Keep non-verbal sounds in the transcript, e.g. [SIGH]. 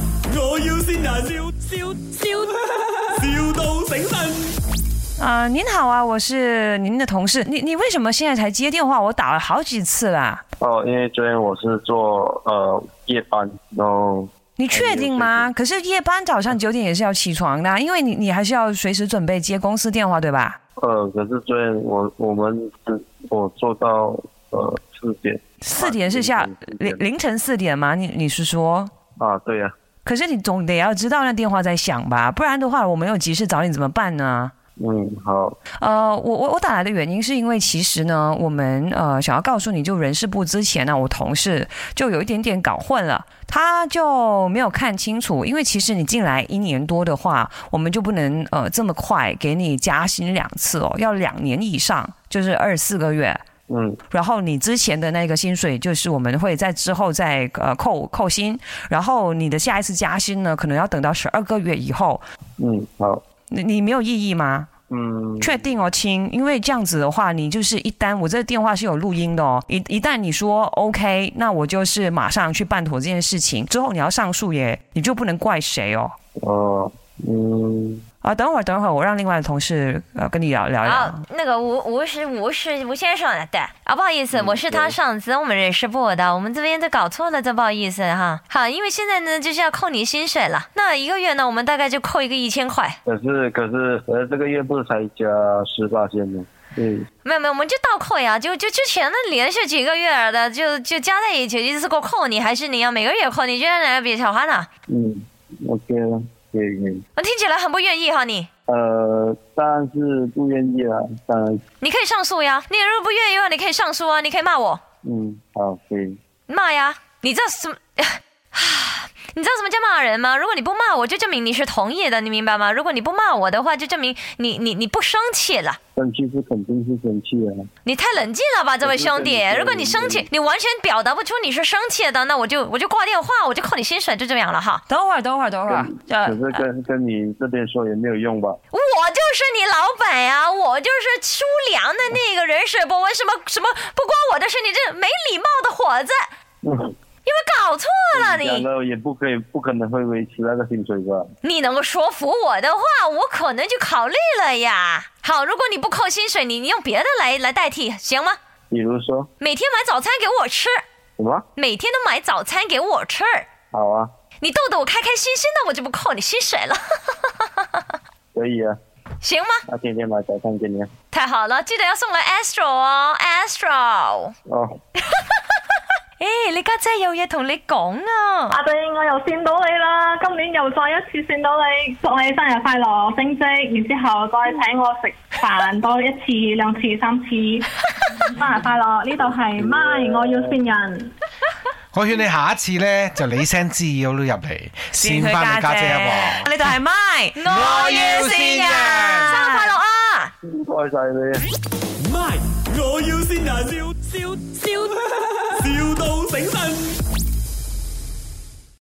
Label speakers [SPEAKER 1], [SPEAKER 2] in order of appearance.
[SPEAKER 1] 要先人，笑笑笑，,笑到醒神。
[SPEAKER 2] 啊、您好啊，我是您的同事。你你为什么现在才接电话？我打了好几次啦。
[SPEAKER 3] 哦，因为昨天我是做呃夜班，然后
[SPEAKER 2] 哎你确定吗？可是夜班早上九点也是要起床的啊，因为你你还是要随时准备接公司电话，对吧？
[SPEAKER 3] 呃，可是昨天我我们是我做到呃四点
[SPEAKER 2] 四点是下凌凌晨四点吗？你你是说？
[SPEAKER 3] 啊，对呀、
[SPEAKER 2] 可是你总得要知道那电话在响吧，不然的话我没有及时找你怎么办呢？
[SPEAKER 3] 嗯，好，
[SPEAKER 2] 呃，我我我打来的原因是因为其实呢，我们呃想要告诉你，就人事部之前呢，我同事就有一点点搞混了，他就没有看清楚，因为其实你进来一年多的话，我们就不能呃这么快给你加薪两次哦，要两年以上，就是二十四个月。
[SPEAKER 3] 嗯
[SPEAKER 2] 然后你之前的那个薪水，就是我们会在之后再呃扣扣薪，然后你的下一次加薪呢，可能要等到十二个月以后。
[SPEAKER 3] 嗯，好，
[SPEAKER 2] 你你没有异议吗？
[SPEAKER 3] 嗯，
[SPEAKER 2] 确定哦，亲，因为这样子的话，你就是一旦我这个电话是有录音的哦，一一旦你说 OK，那我就是马上去办妥这件事情，之后你要上诉耶，你就不能怪谁哦。
[SPEAKER 3] 哦，嗯，
[SPEAKER 2] 啊，等会儿，等会儿，我让另外的同事呃跟你聊聊
[SPEAKER 4] 然
[SPEAKER 2] 聊
[SPEAKER 4] 后。那个吴吴是吴是吴先生的，对啊，不好意思，我是他上司，我们人事部的，我们这边都搞错了，真不好意思哈。好，因为现在呢就是要扣你薪水了，那一个月呢我们大概就扣一个一千块，
[SPEAKER 3] 可是可是呃这个月不是才加十八千吗？嗯，
[SPEAKER 4] 没有没有，我们就倒扣呀，就就之前的连续几个月的就就加在一起，一次过扣你，还是你要每个月扣你，这样来比小花呢？
[SPEAKER 3] 嗯，OK 了，可以可以。
[SPEAKER 4] 我听起来很不愿意哈你。
[SPEAKER 3] 呃，当然是不愿意啦，当然，
[SPEAKER 4] 你可以上诉呀，你如果不愿意的话，你可以上诉啊，你可以骂我，
[SPEAKER 3] 嗯，好，可以，
[SPEAKER 4] 骂呀！你知道什么？ [SIGHS] 你知道什么叫骂人吗？如果你不骂我，就证明你是同意的，你明白吗？如果你不骂我的话，就证明你你你不生气了。
[SPEAKER 3] 生气是肯定是生气啊，
[SPEAKER 4] 你太冷静了吧，这位兄弟！如果你生气，你完全表达不出你是生气的，那我就我就挂电话，我就扣你薪水，就这样了哈。
[SPEAKER 2] 等会儿，等会儿，等会
[SPEAKER 3] 嗯
[SPEAKER 2] 儿，呃
[SPEAKER 3] 可是跟跟你这边说也没有用吧？
[SPEAKER 4] 我就是你老板呀、我就是出粮的那个人是不？为什么什么不关我的事？你这没礼貌的伙子，
[SPEAKER 3] 嗯
[SPEAKER 4] 有没有搞错了你？
[SPEAKER 3] [LAUGHS] 讲了也不可以，不可能会维持那个薪水吧？
[SPEAKER 4] 你能够说服我的话，我可能就考虑了呀。好，如果你不扣薪水，你你用别的来来代替，行吗？
[SPEAKER 3] 比如说
[SPEAKER 4] 每天买早餐给我吃，
[SPEAKER 3] 什么？
[SPEAKER 4] 每天都买早餐给我吃，
[SPEAKER 3] 好啊，
[SPEAKER 4] 你逗得我开开心心的，我就不扣你薪水了， [LAUGHS]
[SPEAKER 3] 可以啊，
[SPEAKER 4] 行吗？
[SPEAKER 3] 那天天买早餐给你啊。
[SPEAKER 4] 太好了，记得要送来 Astro 哦，Astro。
[SPEAKER 3] 哦，
[SPEAKER 4] 诶，哎你家姐有嘢同你講啊！
[SPEAKER 5] 阿弟，我又見到你啦！今年又再一次見到你，祝你生日快樂，升職，然之後再請我食飯多一次、兩次、三次，生日快樂！呢度係咪我要善人。
[SPEAKER 6] 我勸你下一次咧就你聲滋擾都入嚟，扇翻你家姐一
[SPEAKER 2] [LAUGHS]
[SPEAKER 6] 鑊。
[SPEAKER 2] 呢度係咪？
[SPEAKER 6] 我要
[SPEAKER 2] 先
[SPEAKER 6] 先人
[SPEAKER 4] 生日快樂啊！
[SPEAKER 3] 唔該晒你啊。
[SPEAKER 1] My，我要先人，笑笑笑，,笑到醒神。